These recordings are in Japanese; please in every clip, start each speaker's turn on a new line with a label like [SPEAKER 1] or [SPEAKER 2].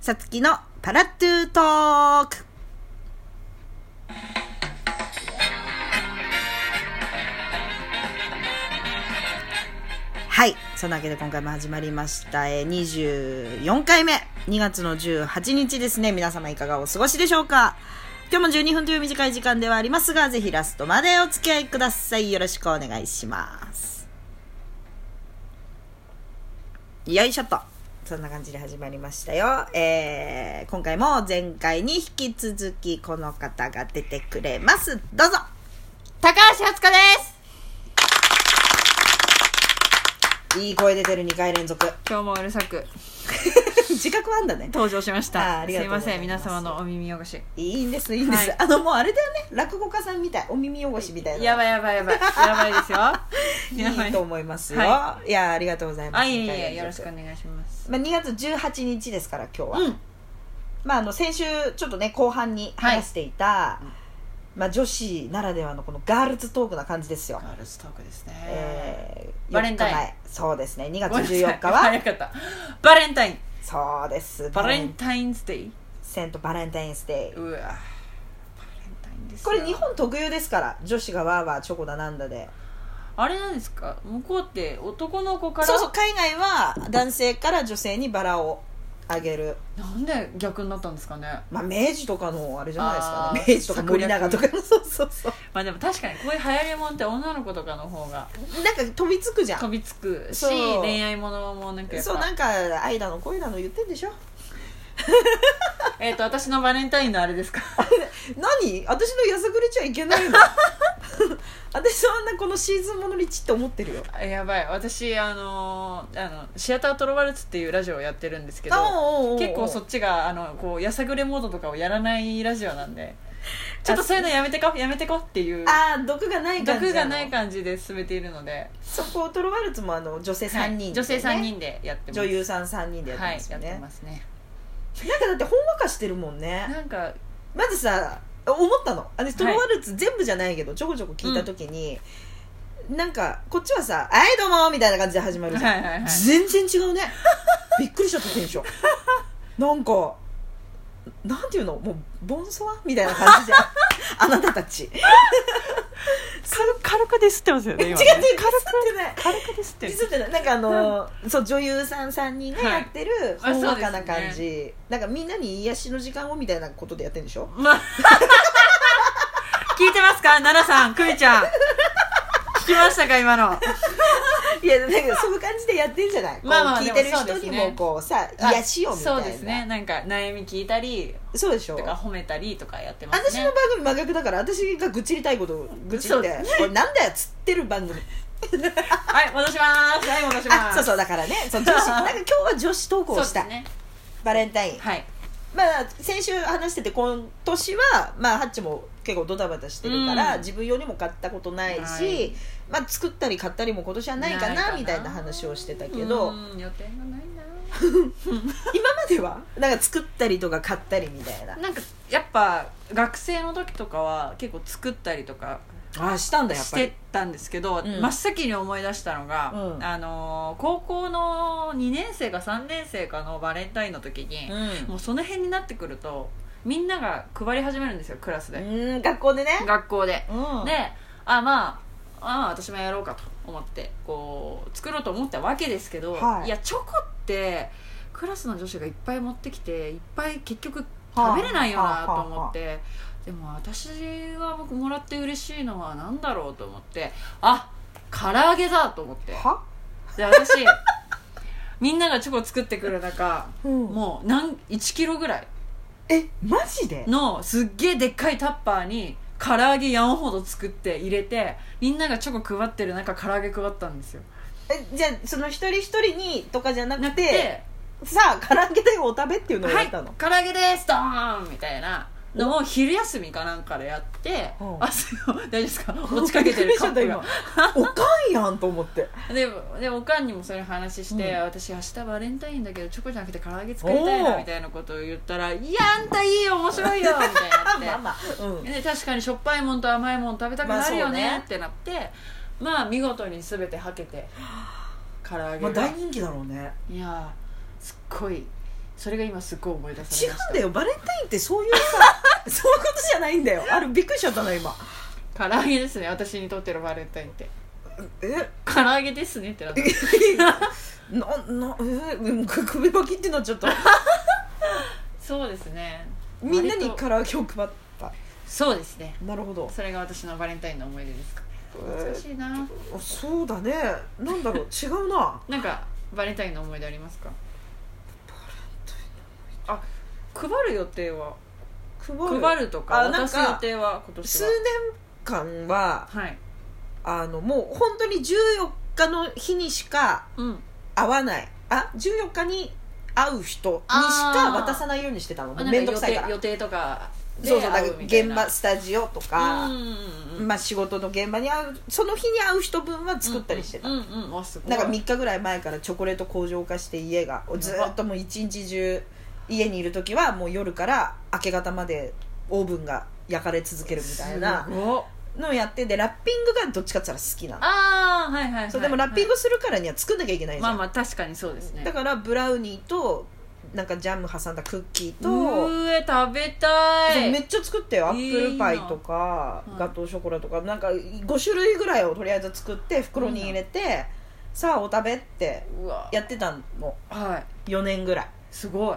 [SPEAKER 1] さつきのパラットゥートーク。はい。そんなわけで今回も始まりました。えー24回目。2月の18日ですね。皆様いかがお過ごしでしょうか今日も12分という短い時間ではありますが、ぜひラストまでお付き合いください。よろしくお願いします。よいしょっと。そんな感じで始まりましたよ。えー、今回も前回に引き続きこの方が出てくれます。どうぞ
[SPEAKER 2] 高橋敦子です
[SPEAKER 1] いい声出てる2回連続。
[SPEAKER 2] 今日もうるさく
[SPEAKER 1] 自覚はあんだね。
[SPEAKER 2] 登場しまし
[SPEAKER 1] あー
[SPEAKER 2] た
[SPEAKER 1] あ
[SPEAKER 2] す
[SPEAKER 1] りがと
[SPEAKER 2] いう
[SPEAKER 1] ご
[SPEAKER 2] ま
[SPEAKER 1] ざ
[SPEAKER 2] せ
[SPEAKER 1] い
[SPEAKER 2] ん
[SPEAKER 1] ま
[SPEAKER 2] 皆
[SPEAKER 1] す
[SPEAKER 2] 様のお耳汚し
[SPEAKER 1] いいんです、いいんです。
[SPEAKER 2] はい
[SPEAKER 1] あの、もうあれだよね。落語家さんみたい。お耳汚しみたいな。
[SPEAKER 2] やばいやばいやばいやばいですよやば
[SPEAKER 1] いい
[SPEAKER 2] い
[SPEAKER 1] と思いますよ。、
[SPEAKER 2] はい
[SPEAKER 1] や、ありがとうございます。
[SPEAKER 2] あいえいえ
[SPEAKER 1] 二
[SPEAKER 2] よろしくお
[SPEAKER 1] 回連続
[SPEAKER 2] 願いします
[SPEAKER 1] まあ、2月18日ですから、今日は。
[SPEAKER 2] うん
[SPEAKER 1] まあ、あの、先週、ちょっとね、後半に話していた、まあ、女子ならではのこのガールズトークな感じですよ。
[SPEAKER 2] ガールストークですね、
[SPEAKER 1] えー、
[SPEAKER 2] バレンタイン
[SPEAKER 1] 4日前そうですね2月
[SPEAKER 2] ごめんなさい
[SPEAKER 1] 14日
[SPEAKER 2] 早
[SPEAKER 1] は
[SPEAKER 2] かったバレンタイン
[SPEAKER 1] そうです
[SPEAKER 2] バレンタインズデイ
[SPEAKER 1] セントバレンタインスデイ
[SPEAKER 2] うわバレンタインですよ
[SPEAKER 1] これ日本特有ですから女子がわーわーチョコだなんだで
[SPEAKER 2] あれなんですか向こうって男の子から
[SPEAKER 1] そうそう海外は男性から女性にバラをあげる
[SPEAKER 2] なんで逆になったんですかね
[SPEAKER 1] まあ明治とかのあれじゃないですかね
[SPEAKER 2] あー
[SPEAKER 1] 明治とか森永とかそうそうそう
[SPEAKER 2] まあでも確かにこういう流行りもんって女の子とかの方が
[SPEAKER 1] なんか飛びつくじゃ
[SPEAKER 2] 飛
[SPEAKER 1] ん
[SPEAKER 2] びつくし
[SPEAKER 1] そう
[SPEAKER 2] 恋愛ものもなんかやっぱ
[SPEAKER 1] そうなんか愛だの恋だの言ってんでしょ
[SPEAKER 2] えっ、と私のバレンタインのあれですか
[SPEAKER 1] 何私のやさぐれちゃいけないの 私そんなこのシーズンものにちって思ってるよ
[SPEAKER 2] あやばい私あのーあのシアタートロワルツっていうラジオをやってるんですけど
[SPEAKER 1] おーおーおー
[SPEAKER 2] 結構そっちがあのこうやさぐれモードとかをやらないラジオなんでちょっとそういうのやめてこやめてこっていう
[SPEAKER 1] ああ毒がない感じ
[SPEAKER 2] 毒がないい感じで進めているので、
[SPEAKER 1] そこトロワルツもあの女性3人、
[SPEAKER 2] はい女性3人でやってます
[SPEAKER 1] 女優さん3人でやって
[SPEAKER 2] は
[SPEAKER 1] ま
[SPEAKER 2] い
[SPEAKER 1] す
[SPEAKER 2] や
[SPEAKER 1] よ
[SPEAKER 2] っ
[SPEAKER 1] ね、
[SPEAKER 2] てますね
[SPEAKER 1] なんかだってほんわかしてるもんね
[SPEAKER 2] なんか
[SPEAKER 1] まずさ思ったのあのトロワルツ全部じゃないけど、ちょこちょこ聞いた時に、なんかこっちはさ「はいどうも」みたいな感じで始まるじゃん、
[SPEAKER 2] はいはいはい
[SPEAKER 1] 全然違うね びっくりしちゃったテンションなんかなんていうのもうボンソワみたいな感じ じゃんあなたたち
[SPEAKER 2] 軽軽くディスってますよね
[SPEAKER 1] 違う違う
[SPEAKER 2] 今
[SPEAKER 1] 軽
[SPEAKER 2] ね
[SPEAKER 1] くってない
[SPEAKER 2] 軽くディスって
[SPEAKER 1] ディ
[SPEAKER 2] る
[SPEAKER 1] スってないなんかあのーそう女優さん3人がやってる
[SPEAKER 2] は
[SPEAKER 1] ほ
[SPEAKER 2] い
[SPEAKER 1] んわかな
[SPEAKER 2] あそう
[SPEAKER 1] 感
[SPEAKER 2] です
[SPEAKER 1] じ、なんかみんなに癒しの時間をみたいなことでやってるんでしょ
[SPEAKER 2] まあ、 聞いてますか奈々さん、久美ちゃん。聞きましたか今の。
[SPEAKER 1] いやなんかそういう感じでやってんじゃない、
[SPEAKER 2] まあまあ
[SPEAKER 1] こう聞いてる
[SPEAKER 2] でも
[SPEAKER 1] 人
[SPEAKER 2] そうで
[SPEAKER 1] に
[SPEAKER 2] す
[SPEAKER 1] も
[SPEAKER 2] ね
[SPEAKER 1] こうさ癒しをみたいな
[SPEAKER 2] そうですね。なんか、悩み聞いたり、
[SPEAKER 1] そうでしょ
[SPEAKER 2] とか褒めたりとかやってます
[SPEAKER 1] 私
[SPEAKER 2] ね。
[SPEAKER 1] の番組真逆だから私が愚痴りたいことを愚痴っ
[SPEAKER 2] そう
[SPEAKER 1] て、
[SPEAKER 2] で
[SPEAKER 1] これなんだよつってる番組
[SPEAKER 2] はい、戻します。はい、戻しま
[SPEAKER 1] あ
[SPEAKER 2] す。
[SPEAKER 1] そうそうだからねそう女 子なんか今日は女子投稿
[SPEAKER 2] そう
[SPEAKER 1] した、
[SPEAKER 2] ですね。
[SPEAKER 1] バレンタイン
[SPEAKER 2] はい。
[SPEAKER 1] まあ、先週話してて今年は、まあ、ハッチも結構ドタバタしてるから、
[SPEAKER 2] うん
[SPEAKER 1] 自分用にも買ったことないし、
[SPEAKER 2] はい
[SPEAKER 1] まあ、作ったり買ったりも今年はないかな
[SPEAKER 2] ないかな
[SPEAKER 1] みたいな話をしてたけど、
[SPEAKER 2] うーん予定がない
[SPEAKER 1] 今まではなんか作ったりとか買ったりみたいな
[SPEAKER 2] な。なんか、やっぱ、学生の時とかは結構作ったりとか
[SPEAKER 1] あしたんだやっ
[SPEAKER 2] し
[SPEAKER 1] ぱり
[SPEAKER 2] てたんですけど、
[SPEAKER 1] うん
[SPEAKER 2] 真っ先に思い出したのが、
[SPEAKER 1] うん
[SPEAKER 2] あのー高校の2年生か3年生かのバレンタインの時に、
[SPEAKER 1] う
[SPEAKER 2] もうその辺になってくるとみんなが配り始めるんですよクラスで、
[SPEAKER 1] ん、うん、学校でね、
[SPEAKER 2] 学校で、
[SPEAKER 1] うん、
[SPEAKER 2] であまああ私もやろうかと思ってこう作ろうと思ったわけですけど、
[SPEAKER 1] はい
[SPEAKER 2] やチョコってクラスの女子がいっぱい持ってきていっぱい結局食べれないよ
[SPEAKER 1] は
[SPEAKER 2] な
[SPEAKER 1] あ
[SPEAKER 2] と
[SPEAKER 1] はあ
[SPEAKER 2] 思って、でも私は僕もらって嬉しいのは何だろうと思ってあ唐揚げだと思って
[SPEAKER 1] は、
[SPEAKER 2] で私みんながチョコ作ってくる中
[SPEAKER 1] うん
[SPEAKER 2] もう何1キロぐらい
[SPEAKER 1] えマジで
[SPEAKER 2] のすっげえでっかいタッパーに唐揚げ山ほど作って入れてみんながチョコ配ってる中唐揚げ配ったんですよ
[SPEAKER 1] えじゃあその一人一人にとかじゃな
[SPEAKER 2] な
[SPEAKER 1] く
[SPEAKER 2] く
[SPEAKER 1] て
[SPEAKER 2] て
[SPEAKER 1] さあ唐揚げだよお食べっていう
[SPEAKER 2] 「
[SPEAKER 1] のを
[SPEAKER 2] は
[SPEAKER 1] や
[SPEAKER 2] い
[SPEAKER 1] ったの、
[SPEAKER 2] 唐揚げですドーン!」みたいなのを昼休みかなんかでやって
[SPEAKER 1] うん
[SPEAKER 2] あすいません大丈夫ですか落ちかけてるカップが
[SPEAKER 1] おかんやんと思って
[SPEAKER 2] ででおかんにもそれ話して、
[SPEAKER 1] うん
[SPEAKER 2] 私明日バレンタインだけどチョコじゃなくて唐揚げ作りたいなみたいなことを言ったら「いやあんたいいよ面白いよ」みたいになって
[SPEAKER 1] まあまあうん
[SPEAKER 2] ね、確かにしょっぱいもんと甘いもん食べたくなるよね,、
[SPEAKER 1] まあそうね
[SPEAKER 2] ってなってまあ見事に全てはけて唐揚げ
[SPEAKER 1] まあ、
[SPEAKER 2] が、
[SPEAKER 1] 大人気だろうね
[SPEAKER 2] いやーすっごいそれが今すっごい思い出さ
[SPEAKER 1] 違
[SPEAKER 2] れました
[SPEAKER 1] うんだよバレンタインってそういうさ そういうことじゃないんだ よあれびっくりしちゃったの今
[SPEAKER 2] 唐揚げですね私にとってのバレンタインって
[SPEAKER 1] え
[SPEAKER 2] 唐揚げですねってなった
[SPEAKER 1] ななえうんく首ばきってなっちゃった
[SPEAKER 2] そうですね
[SPEAKER 1] みんなに
[SPEAKER 2] 割と
[SPEAKER 1] カラオケを配った
[SPEAKER 2] そうですね
[SPEAKER 1] なるほど
[SPEAKER 2] それが私のバレンタインの思い出ですか懐かしいな
[SPEAKER 1] あそうだねなんだろ う違うな
[SPEAKER 2] なんかバレンタインの思い出ありますかあ配る予定は
[SPEAKER 1] 配る
[SPEAKER 2] 配るとか
[SPEAKER 1] あなん
[SPEAKER 2] 渡す予
[SPEAKER 1] か
[SPEAKER 2] 定は今年
[SPEAKER 1] 数
[SPEAKER 2] は
[SPEAKER 1] 年間は
[SPEAKER 2] はい
[SPEAKER 1] あのもう本当に14日の日にしか
[SPEAKER 2] うん
[SPEAKER 1] 会わないあ14日に会う人にしか渡さないようにしてたの
[SPEAKER 2] あなんか
[SPEAKER 1] 面倒くさいから
[SPEAKER 2] 予定予定とかで
[SPEAKER 1] そうそうだ
[SPEAKER 2] 会
[SPEAKER 1] から
[SPEAKER 2] みたい
[SPEAKER 1] 現
[SPEAKER 2] な
[SPEAKER 1] 場スタジオと
[SPEAKER 2] うん
[SPEAKER 1] か、
[SPEAKER 2] うんうん
[SPEAKER 1] まあ、仕事の現場に会うその日に会う人分は作ったりしてた、
[SPEAKER 2] うんうんうんあすごい
[SPEAKER 1] なんか3日ぐらい前からチョコレート工場化して家がずーっともう一日中家にいる時はもう夜から明け方までオーブンが焼かれ続けるみたいな
[SPEAKER 2] すごっ
[SPEAKER 1] のをやってでラッピングがどっちかって言ったら好きなの
[SPEAKER 2] ああはいはいはい
[SPEAKER 1] そうでもラッピングするからには作んなきゃいけないじゃ
[SPEAKER 2] まあ
[SPEAKER 1] ん
[SPEAKER 2] まあ確かにそうですね
[SPEAKER 1] だからブラウニーとなんかジャム挟んだクッキーと
[SPEAKER 2] うーえ食べた
[SPEAKER 1] そう
[SPEAKER 2] い
[SPEAKER 1] めっちゃ作ってよアップルパイとか
[SPEAKER 2] いいな
[SPEAKER 1] ガトーショコラとかなんか5種類ぐらいをとりあえず作って袋に入れてさあお食べって
[SPEAKER 2] うわ
[SPEAKER 1] やってたの
[SPEAKER 2] はい
[SPEAKER 1] 4年ぐらい
[SPEAKER 2] すごい
[SPEAKER 1] も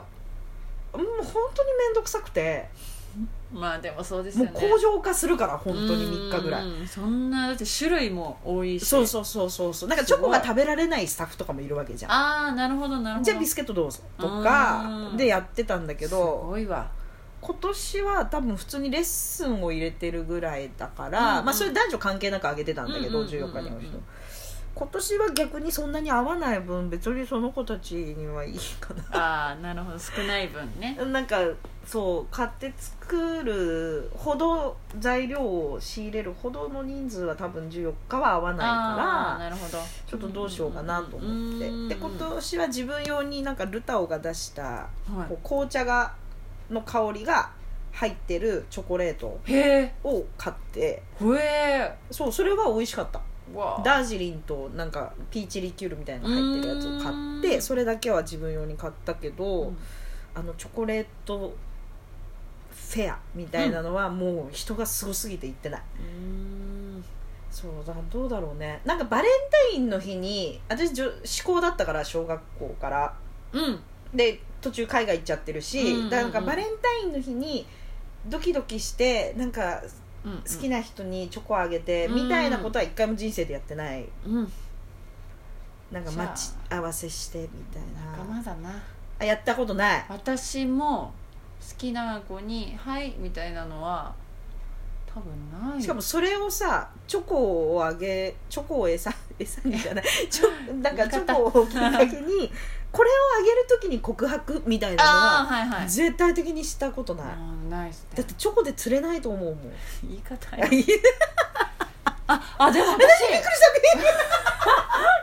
[SPEAKER 1] う本当に面倒くさくて
[SPEAKER 2] まあでもそうです
[SPEAKER 1] も
[SPEAKER 2] よ
[SPEAKER 1] う
[SPEAKER 2] ね
[SPEAKER 1] 工場化するから本当に3日ぐらい
[SPEAKER 2] うんそんなだって種類も多いし
[SPEAKER 1] そうそうそうそうそうなんかチョコ
[SPEAKER 2] す
[SPEAKER 1] が
[SPEAKER 2] ごい
[SPEAKER 1] 食べられないスタッフとかもいるわけじゃん
[SPEAKER 2] ああなるほどなるほど
[SPEAKER 1] じゃあビスケットどうぞとか
[SPEAKER 2] うん
[SPEAKER 1] でやってたんだけ
[SPEAKER 2] す
[SPEAKER 1] ど
[SPEAKER 2] ごいわ
[SPEAKER 1] 今年は多分普通にレッスンを入れてるぐらいだから、
[SPEAKER 2] うんうん
[SPEAKER 1] まあそれ男女関係なくあげてたんだけど、
[SPEAKER 2] うんうんうんうん
[SPEAKER 1] 14日に会う人今年は逆にそんなに合わない分別にその子たちにはいいかな
[SPEAKER 2] ああなるほど少ない分ね
[SPEAKER 1] なんかそう買って作るほど材料を仕入れるほどの人数は多分14日は合わない
[SPEAKER 2] ああ
[SPEAKER 1] か
[SPEAKER 2] なるほど
[SPEAKER 1] らちょっとどうしようかなと思って、
[SPEAKER 2] うん
[SPEAKER 1] で今年は自分用になんかルタオが出した
[SPEAKER 2] は
[SPEAKER 1] こう紅茶がの香りが入ってるチョコレート
[SPEAKER 2] いへえ
[SPEAKER 1] を買って
[SPEAKER 2] ほえ
[SPEAKER 1] そうそれは美味しかった
[SPEAKER 2] ーわ
[SPEAKER 1] ダージリンとなんかピーチリキュールみたいなの入ってるやつを買っ
[SPEAKER 2] う
[SPEAKER 1] て
[SPEAKER 2] ん
[SPEAKER 1] それだけは自分用に買ったけど、
[SPEAKER 2] うん
[SPEAKER 1] あのチョコレートフェアみたいなのはもう人がすごすぎて行ってない、
[SPEAKER 2] うーん
[SPEAKER 1] そうだからどうだろうねなんかバレンタインの日に私女子校だったから小学校から
[SPEAKER 2] うん
[SPEAKER 1] で途中海外行っちゃってるし、
[SPEAKER 2] うんうんうん
[SPEAKER 1] だからなんかバレンタインの日にドキドキしてなんか
[SPEAKER 2] うん
[SPEAKER 1] 好きな人にチョコあげて
[SPEAKER 2] うん
[SPEAKER 1] みたいなことは一回も人生でやってない
[SPEAKER 2] うん
[SPEAKER 1] なんか待ち合わせしてみたい
[SPEAKER 2] 仲
[SPEAKER 1] な
[SPEAKER 2] 間だな
[SPEAKER 1] あやったことない
[SPEAKER 2] 私も好きな子に「はい」みたいなのは多分ない
[SPEAKER 1] しかもそれをさチョコをあげチョコを餌 餌に じゃないチョなんかチ
[SPEAKER 2] 言い
[SPEAKER 1] ョ
[SPEAKER 2] 方
[SPEAKER 1] コをきっかけ にこれをあげるときに告白みたい
[SPEAKER 2] ああ
[SPEAKER 1] な
[SPEAKER 2] はい
[SPEAKER 1] の
[SPEAKER 2] は
[SPEAKER 1] はい絶対的にしたことない、
[SPEAKER 2] うんないっす
[SPEAKER 1] だって
[SPEAKER 2] ね
[SPEAKER 1] チョコで釣れないと思うもん
[SPEAKER 2] 言い方
[SPEAKER 1] びっくりした
[SPEAKER 2] あでも私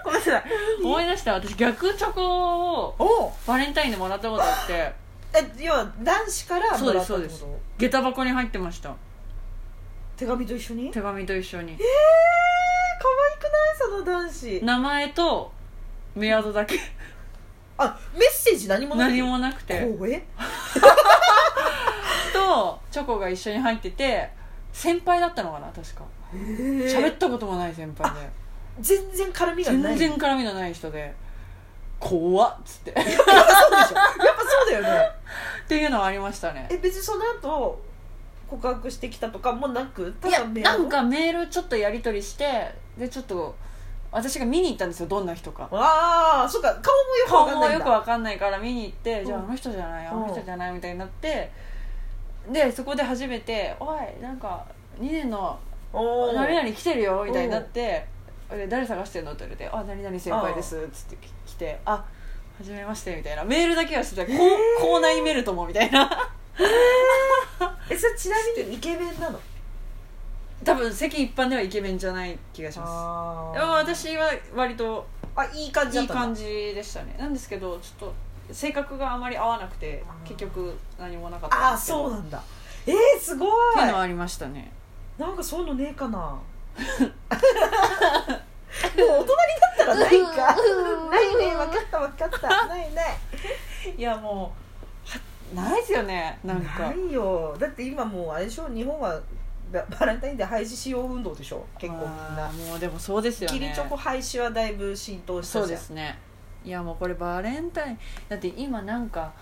[SPEAKER 1] ごめんなさい
[SPEAKER 2] 思い出した私逆チョコを
[SPEAKER 1] おう
[SPEAKER 2] バレンタインでもらったことあって
[SPEAKER 1] え要は男子からもらった
[SPEAKER 2] そ
[SPEAKER 1] っ
[SPEAKER 2] う
[SPEAKER 1] て
[SPEAKER 2] で
[SPEAKER 1] こ
[SPEAKER 2] す
[SPEAKER 1] と
[SPEAKER 2] 下駄箱に入ってました
[SPEAKER 1] 手紙と一緒にえー、
[SPEAKER 2] 手紙と一緒に
[SPEAKER 1] 可愛くないその男子
[SPEAKER 2] 名前とメアドだけ
[SPEAKER 1] あメッセージ何もない
[SPEAKER 2] 何もなくて
[SPEAKER 1] 光栄
[SPEAKER 2] とチョコが一緒に入ってて先輩だったのかな確か喋ったこともない先輩で
[SPEAKER 1] 全然絡みがな
[SPEAKER 2] 全
[SPEAKER 1] い
[SPEAKER 2] 然絡みのない人で怖っつって っ
[SPEAKER 1] やっぱそうでしょやっぱそうだよね
[SPEAKER 2] ていうのはありましたね
[SPEAKER 1] え別にその後告白してきたとかもなくた
[SPEAKER 2] い
[SPEAKER 1] だ
[SPEAKER 2] や
[SPEAKER 1] メール
[SPEAKER 2] なんかメールちょっとやり取りしてでちょっと私が見に行ったんですよどんな人か
[SPEAKER 1] ああそっか顔もよくわ
[SPEAKER 2] 顔
[SPEAKER 1] かん
[SPEAKER 2] も
[SPEAKER 1] ない
[SPEAKER 2] よ
[SPEAKER 1] んだ
[SPEAKER 2] くわかんないから見に行って、
[SPEAKER 1] うん
[SPEAKER 2] じゃああの人じゃないあの
[SPEAKER 1] うん
[SPEAKER 2] 人じゃないみたいになってでそこで初めて「おいなんか2年の
[SPEAKER 1] おー
[SPEAKER 2] 何々来てるよ」みたいになって「で誰探してんの?」って言われて「あ何々先輩です」っつって来て「あはじめまして」みたいなメールだけはしてたこう校内メルトもみたいな
[SPEAKER 1] えそれちなみにイケメンなの
[SPEAKER 2] 多分世間一般ではイケメンじゃない気がします
[SPEAKER 1] あ
[SPEAKER 2] でも私は割と
[SPEAKER 1] あいい感じだ
[SPEAKER 2] い
[SPEAKER 1] っ
[SPEAKER 2] い
[SPEAKER 1] たんだ
[SPEAKER 2] 感じでしたねなんですけどちょっと性格があまり合わなくて
[SPEAKER 1] あー
[SPEAKER 2] 結局何もなかった
[SPEAKER 1] あ
[SPEAKER 2] ん
[SPEAKER 1] あ
[SPEAKER 2] ですけど
[SPEAKER 1] そうなんだえー、すごい
[SPEAKER 2] っていうのはありましたね
[SPEAKER 1] なんかそういうのねえかな もう大人になったらないかないね分かった分かったないない
[SPEAKER 2] いやもうないですよねなんか
[SPEAKER 1] ないよだって今もうあれでしょ日本はババレンタインデー廃止しよう運動でしょ結構みん
[SPEAKER 2] あ
[SPEAKER 1] な
[SPEAKER 2] ーもうでもそうですよね
[SPEAKER 1] キリチョコ廃止はだいぶ浸透したじゃん
[SPEAKER 2] そうですねいやもうこれバレンタインだって今なんか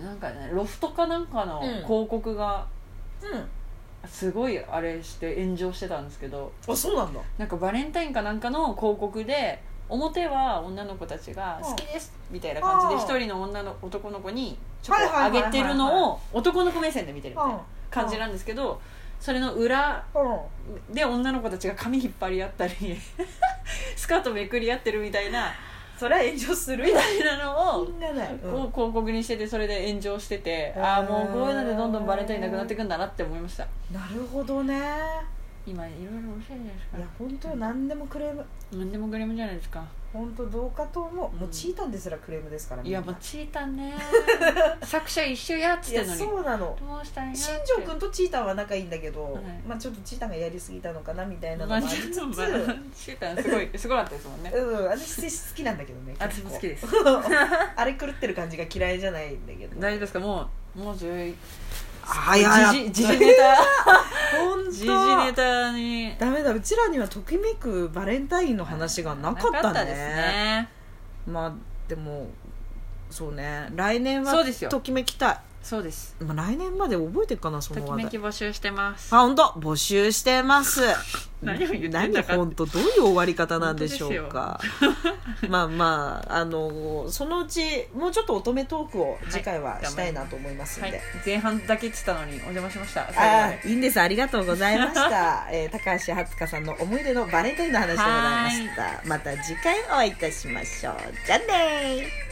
[SPEAKER 2] なんかねロフトかなんかの
[SPEAKER 1] うん
[SPEAKER 2] 広告が
[SPEAKER 1] うん
[SPEAKER 2] すごいあれして炎上してたんですけど、
[SPEAKER 1] あそうなんだ
[SPEAKER 2] なんかバレンタインかなんかの広告で表は女の子たちが
[SPEAKER 1] う
[SPEAKER 2] 「
[SPEAKER 1] ん
[SPEAKER 2] 好きです」みたいな感じで
[SPEAKER 1] うん
[SPEAKER 2] 一人の女の男の子にチョコを
[SPEAKER 1] は
[SPEAKER 2] あ
[SPEAKER 1] いはいはいは
[SPEAKER 2] げ
[SPEAKER 1] い
[SPEAKER 2] てるのを男の子目線で見てるみたいな感じ
[SPEAKER 1] な
[SPEAKER 2] なんですけどそれの裏
[SPEAKER 1] うん
[SPEAKER 2] で女の子たちが髪引っ張り合 ったりスカートめくり合ってるみたいな
[SPEAKER 1] それは炎上する
[SPEAKER 2] み
[SPEAKER 1] よ
[SPEAKER 2] たいなのを
[SPEAKER 1] みんなない、うん
[SPEAKER 2] こう広告にしててそれで炎上してて
[SPEAKER 1] へー
[SPEAKER 2] ああもうこういうのでどんどんバレンタインなくなっていくんだなって思いました
[SPEAKER 1] なるほどね
[SPEAKER 2] 今いろいろおしゃれじゃないですか
[SPEAKER 1] いや本当何でもクレーム
[SPEAKER 2] 何でもグレムじゃないですか
[SPEAKER 1] 本当どうかと思う、もううんチータンですらクレームですから
[SPEAKER 2] いや
[SPEAKER 1] みん
[SPEAKER 2] も
[SPEAKER 1] な
[SPEAKER 2] うチータンね 作者一緒やっつっ
[SPEAKER 1] い
[SPEAKER 2] て
[SPEAKER 1] や
[SPEAKER 2] んのにど
[SPEAKER 1] そうなの
[SPEAKER 2] うしたんやって
[SPEAKER 1] 新庄君とチータンは仲いいんだけど、
[SPEAKER 2] はい
[SPEAKER 1] まあちょっとチータンがやりすぎたのかなみたいなのもあ
[SPEAKER 2] まあ
[SPEAKER 1] り
[SPEAKER 2] ちょ
[SPEAKER 1] つ
[SPEAKER 2] っ
[SPEAKER 1] つ、
[SPEAKER 2] とまあチータン すごいすごかったですもんね
[SPEAKER 1] うん、私好きなんだけどね
[SPEAKER 2] 私も好きです
[SPEAKER 1] あれ狂ってる感じが嫌いじゃないんだけど
[SPEAKER 2] 大丈夫ですかもうもう11
[SPEAKER 1] は
[SPEAKER 2] 時事時事ネタ
[SPEAKER 1] 本
[SPEAKER 2] 時事ネタに
[SPEAKER 1] ダメだうちらにはときめくバレンタインの話がなかったね
[SPEAKER 2] なですね
[SPEAKER 1] まあでもそうね来年は
[SPEAKER 2] そうですよ
[SPEAKER 1] ときめきた
[SPEAKER 2] そうです
[SPEAKER 1] い、まあ、来年まで覚えてるかなそ
[SPEAKER 2] と
[SPEAKER 1] の
[SPEAKER 2] き
[SPEAKER 1] 話
[SPEAKER 2] め
[SPEAKER 1] 題
[SPEAKER 2] き募集してます
[SPEAKER 1] あ本当募集してます
[SPEAKER 2] 何を言ってんだ
[SPEAKER 1] 何
[SPEAKER 2] か
[SPEAKER 1] 本当どういう終わり方なんでしょうか まあまああのそのうちもうちょっと乙女トークを次回はしたいなと思いますん
[SPEAKER 2] は
[SPEAKER 1] で、
[SPEAKER 2] い前半だけ言ってたのにお邪魔しました最後ま
[SPEAKER 1] あ
[SPEAKER 2] で
[SPEAKER 1] ーいいんですありがとうございました、 えー高橋初香さんの思い出のバレンタインの話でございましたまた次回お会いいたしましょうじゃあねー